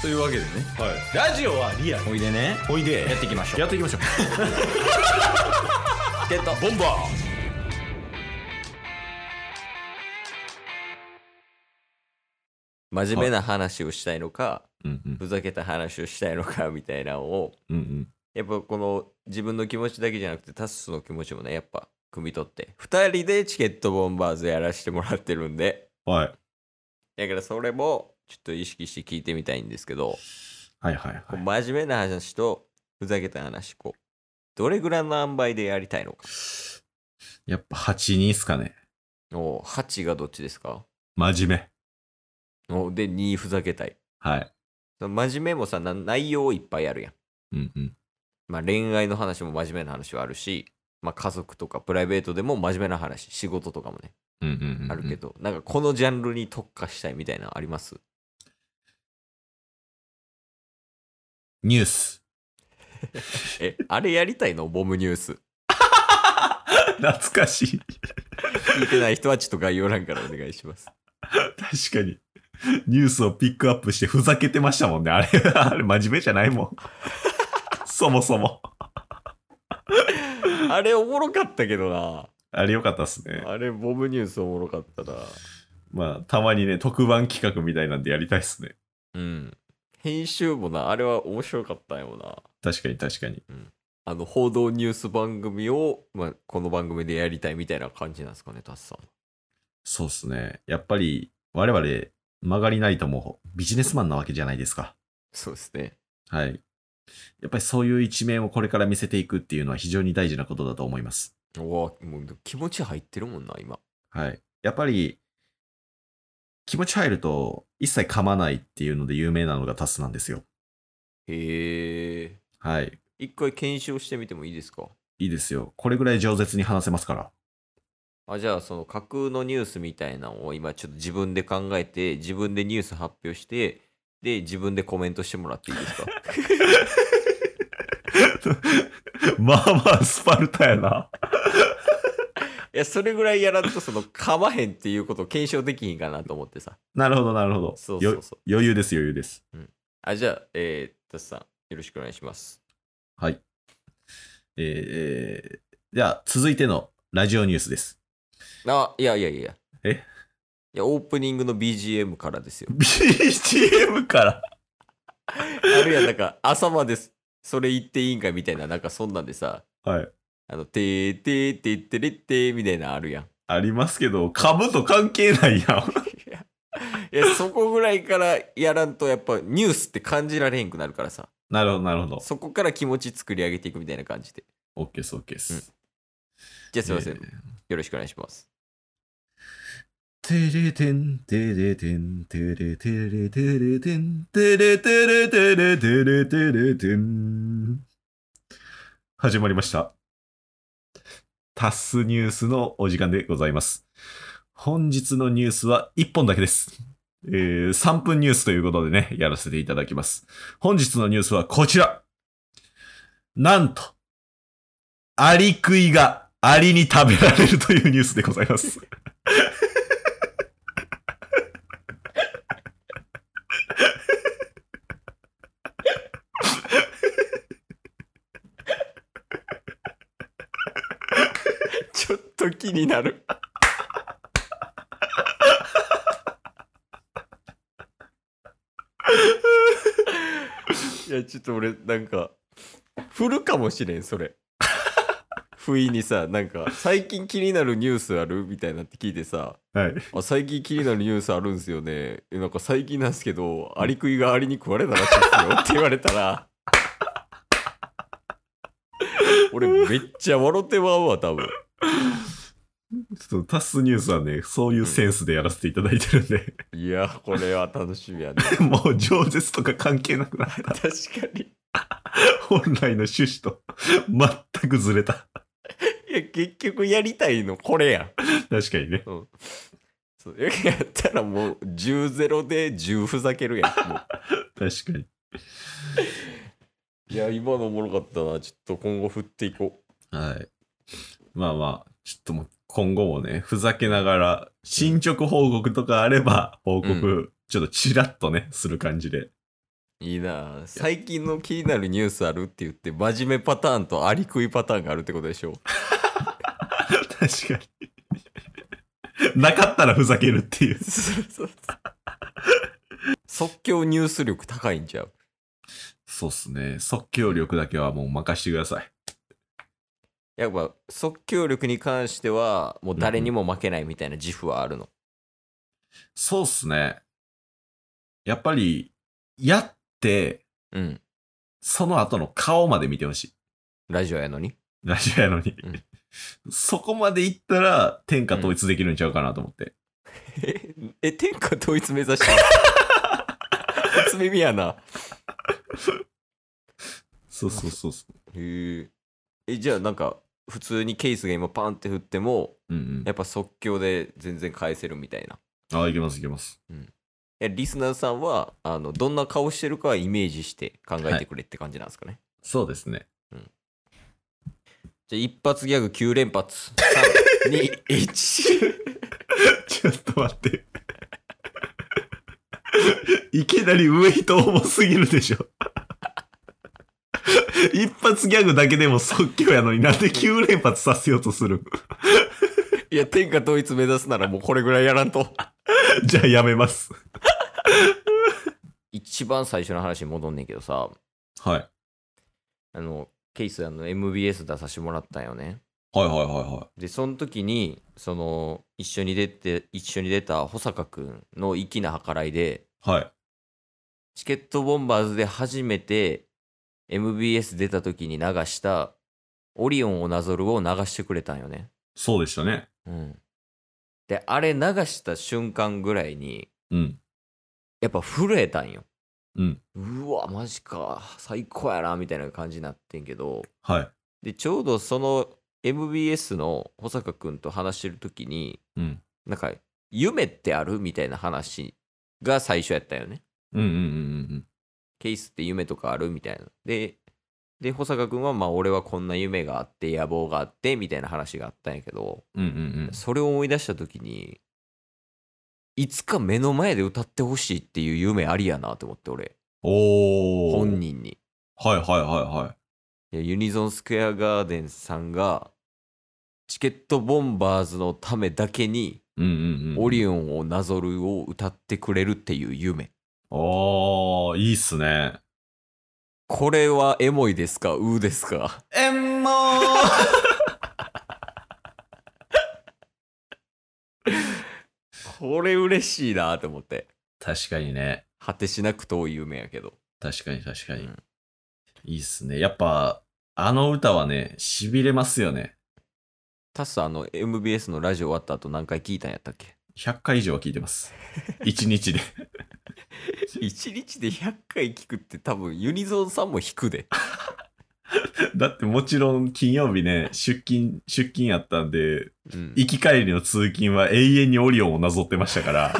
というわけでねはい、ラジオはリアルおいでねおいでやっていきましょうやっていきましょうゲットボンバ真面目な話をしたいのかーうんうんふざけた話をしたいのかみたいなのをうんうんやっぱこの自分の気持ちだけじゃなくてタスの気持ちもねやっぱ汲み取って2人でチケットボンバーズやらせてもらってるんではいだからそれもちょっと意識して聞いてみたいんですけど、はいはいこうはい真面目な話とふざけた話こうどれぐらいの塩梅でやりたいのかやっぱ8人っすかねお8がどっちですか真面目おで2ふざけたいはいその真面目もさな内容いっぱいあるやん、うんうんまあ、恋愛の話も真面目な話はあるし、まあ、家族とかプライベートでも真面目な話仕事とかもねうんうんうんうんあるけど、なんかこのジャンルに特化したいみたいなのあり ますニュースえあれやりたいのボムニュース懐かしい聞いてない人はちょっと概要欄からお願いし ます確かにニュースをピックアップしてふざけてましたもんねあれあれ真面目じゃないもんそもそもあれおもろかったけどなあれ良かったっすねあれボムニュースおもろかったなまあたまにね特番企画みたいなんでやりたいっすねうん編集もなあれは面白かったよな確かに確かにあの報道ニュース番組を、まあ、この番組でやりたいみたいな感じなんですかねタスさんそうっすね。やっぱり、我々、曲がりないともうビジネスマンなわけじゃないですか。そうですねはい。やっぱりそういう一面をこれから見せていくっていうのは非常に大事なことだと思います。うわもう気持ち入ってるもんな今はい。やっぱり、気持ち入ると、一切噛まないっていうので有名なのがタスなんですよ。へえはい。一回検証してみてもいいですかいいですよ。これぐらい饒舌に話せますから。あじゃあその架空のニュースみたいなのを今ちょっと自分で考えて自分でニュース発表してで自分でコメントしてもらっていいです か まあまあ、スパルタやな。いやそれぐらいやらんとそのかまへんっていうことを検証できひんかなと思ってさなるほど、なるほど。そうそうそうよ余裕です、余裕です。あじゃあえー、タスさんよろしくお願いしますはい。えー、では、続いてのラジオニュース です。あいやいやいやえいやオープニングの BGM からですよ BGM から。あるいはなんか 朝までそれ言っていいんかみたいななんかそんなんでさはい。あのてーてーてーてれってーみたいなのあるやんありますけど、株と関係ないやん。いやそこぐらいからやらんとやっぱニュースって感じられへんくなるからさなるほど、なるほど。そこから気持ち作り上げていくみたいな感じで OK です、OK です。じゃあすいません、えーよろしくお願いしますてれてん、てれてん、てれてれてれてん、てれてれてれてれてれてん。始まりました。タスニュースのお時間でございます。本日のニュースは1本だけです。えー、3分ニュースということでね、やらせていただきます。本日のニュースはこちら。なんと、アリ食いがアリに食べられるというニュースでございます。 ちょっと気になるいやちょっと俺なんか振るかもしれんそれ不意にさなんか最近気になるニュースあるみたいなって聞いてさはい。あ最近気になるニュースあるんすよねえなんか最近なんですけどアリクイがアリに食われたらしいですよって言われたら俺めっちゃ笑ってまうわ多分ちょっとタスニュースはね、そういうセンスでやらせていただいてるんで、いやこれは楽しみやね もう饒舌とか関係なくな った。 確かに本来の趣旨と 全くずれた。いや結局やりたいのこれやん確かにね。そうやったらもう10ゼロで10ふざけるやんもう確かに。 いや今のおもろかったなちょっと今後振っていこはい。まあまあ、ちょっともう今後もね、ふざけながら、進捗報告とかあれば、報う告、ちょっとチラッとね、する感じで。いいなあ最近の気になるニュースあるって言って真面目パターンとありくいパターンがあるってことでしょ確かに。 なかったらふざけるっていう。即興ニュース力高いんちゃうそうっすね。即興力だけはもう任してください。やっぱ即興力に関してはもう誰にも負けないみたいな自負はあるの、そうっすね。やっぱり、やって、うん、その後の顔まで見てほしい。ラジオやのにラジオやのに。うんそこまで行ったら天下統一できるんちゃうかなと思って。ええ天下統一目指してる 初耳やなそうそうそうそへええじゃあなんか普通にケースが今パンって振ってもう。うんやっぱ即興で全然返せるみたいなうん。あ、いけますいけます。えリスナーさんはあのどんな顔してるかはイメージして考えてくれって感じなんですかね、そうですね。じゃあ一発ギャグ9連 発321ちょっと待って。いきなりウェイト重すぎるでしょ。一発ギャグだけでも即興やのになんで9連発させようとするいや天下統一目指すならもうこれぐらいやらんと じゃあやめます。一番最初の話に戻んねんけどさはい。あのケイスあの MBS 出させてもらったんよねはいはいはいはでその時にその一緒に出て一緒に出た保坂くんの粋な計らいでい。はい。チケットボンバーズで初めて MBS 出た時に流したオリオンをなぞるを流してくれたんよねそうでしたね。うんであれ流した瞬間ぐらいにうん。やっぱ震えたんようん。うわマジか最高やなみたいな感じになってんけどはい。でちょうどその MBS の保坂くんと話してる時にうん。なんか夢ってあるみたいな話が最初やったよねうんうんうんケースって夢とかあるみたいなでで保坂くんはまあ俺はこんな夢があって野望があってみたいな話があったんやけどうんうん。うんうんそれを思い出した時にいつか目の前で歌ってほしいっていう夢ありやなと思って俺おー。本。人にはいはいはいはい。いやユニゾンスクエアガーデンさんがチケットボンバーズのためだけにうんうんうん。オリオンをなぞるを歌ってくれるっていう夢おー、いいっすね。これはエモいですかうーですかえんもーこれ嬉しいなと思って 確かにね。果てしなく遠い夢やけど確かに確かに。うんいいっすね。やっぱ、あの歌はね、痺れますよね。タスあの MBS のラジオ終わった後何回聞いたんやったっけ100回以上は聞いて ます。1日で。 1日で100回聞くって多分ユニゾンさんも引くでだってもちろん金曜日ね、出勤、出勤やったんで、うん行き帰りの通勤は永遠にオリオンをなぞってました から、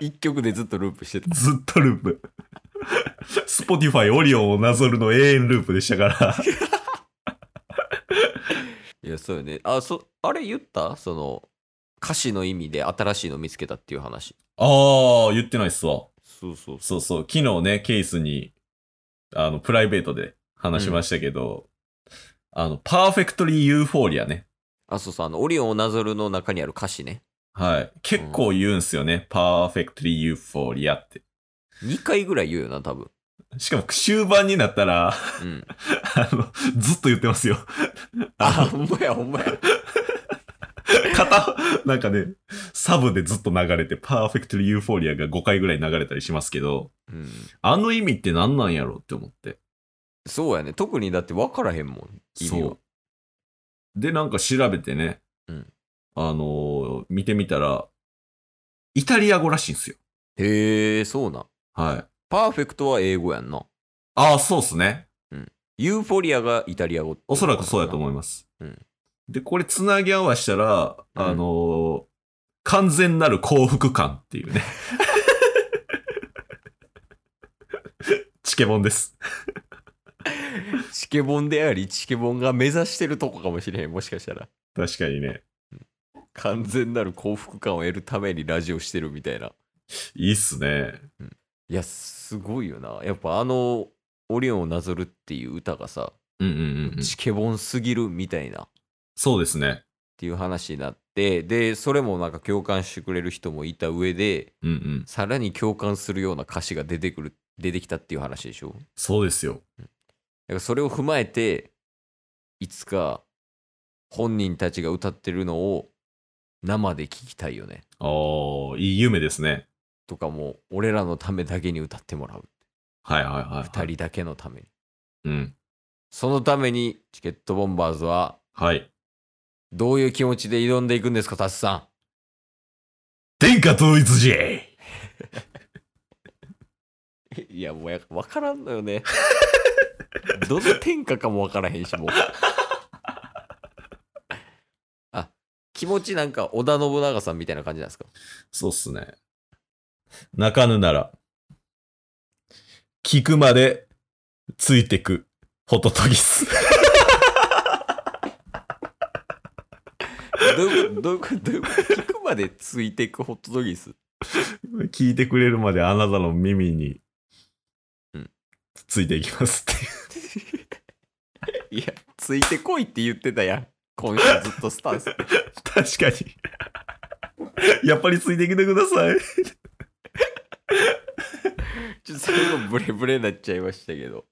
1曲でずっとループしてたずっとループ。スポティファイオリオンをなぞるの永遠ループでしたから。いやそうよねあそあれ言ったその歌詞の意味で新しいの見つけたっていう話あー、言ってないっすわ。そうそうそうそう、昨日ね、ケースに、あの、プライベートで話しましたけど、あの、パーフェクトリーユーフォーリアね。あそうそうあのオリオンをなぞるの中にある歌詞ねはい。結構言うんすよね。パーフェクトリーユーフォーリアって。 2回ぐらい言うよな多分しかも終盤になったら、うんあの、ずっと言ってますよ。 ああほんまやほんまやの、片、なんかね、サブでずっと流れて、パーフェクトリーユーフォーリアが5回ぐらい流れたりしますけど、うんあの意味って何なんやろうって思って。そうやね特にだって分からへんもん意味そはう。で、なんか調べてね、うんあのー見てみたら、イタリア語らしいんですよ。へえそうなんはい。パーフェクトは英語やんなああ、そうっすね。ユーフォリアがイタリア語おそらくそうやと思います。うんで、これつなぎ合わしたら、うんあのー完全なる幸福感っ ていうね。チケボンです。すチケボンでありチケボンが目指してるとこかもしれへんもしかしたら確かにね。完全なる幸福感を得るためにラジオしてるみたいないいっすね。いやすごいよなやっぱあの「オリオンをなぞる」っていう歌がさうんうんうんうん。チケボンすぎるみたいなっそうですね。ていう話になってでそれもなんか共感してくれる人もいた上でうんうん。さらに共感するような歌詞が出てくる出てきたっていう話でしょそうですよ。だからそれを踏まえていつか本人たちが歌ってるのを生で聞きたいよねああ、いい夢ですね。とかも俺らのためだけに歌ってもらうはいはいはい、はい。 2人だけのためにうん。そのためにチケットボンバーズははい。どういう気持ちで挑んでいくんですかタスさ天下統一じゃいん いやもうや分からんのよ ねどの天下かも分からへんしもうあ気持ちなんか織田信長さんみたいな感じなんですかそうっすね。泣かぬなら、聞くまで、ついてく、ホトトギス。どういうことどういうことどういうこと聞くまでついていくホットドギス 聞いてくれるまであなたの耳に、うんついていきますっていう。いやついてこいって言ってたやん今週ずっとスタンス確かに。 やっぱりついてきてください。ちょっと最後ブレブレになっちゃいましたけど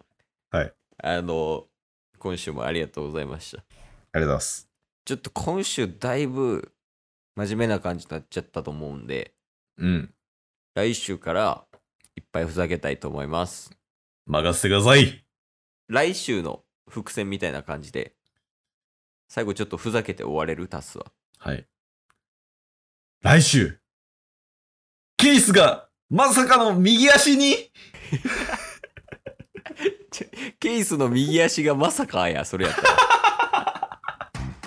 はいあの今週もありがとうございましたありがとうございます。ちょっと今週だいぶ真面目な感じになっちゃったと思うんでうん。来週からいっぱいふざけたいと思います任せてください。来週の伏線みたいな感じで最後ちょっとふざけて終われるタスははい。来週、ケイスが、まさかの右足にケースの右足がまさかや、それやったら。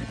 す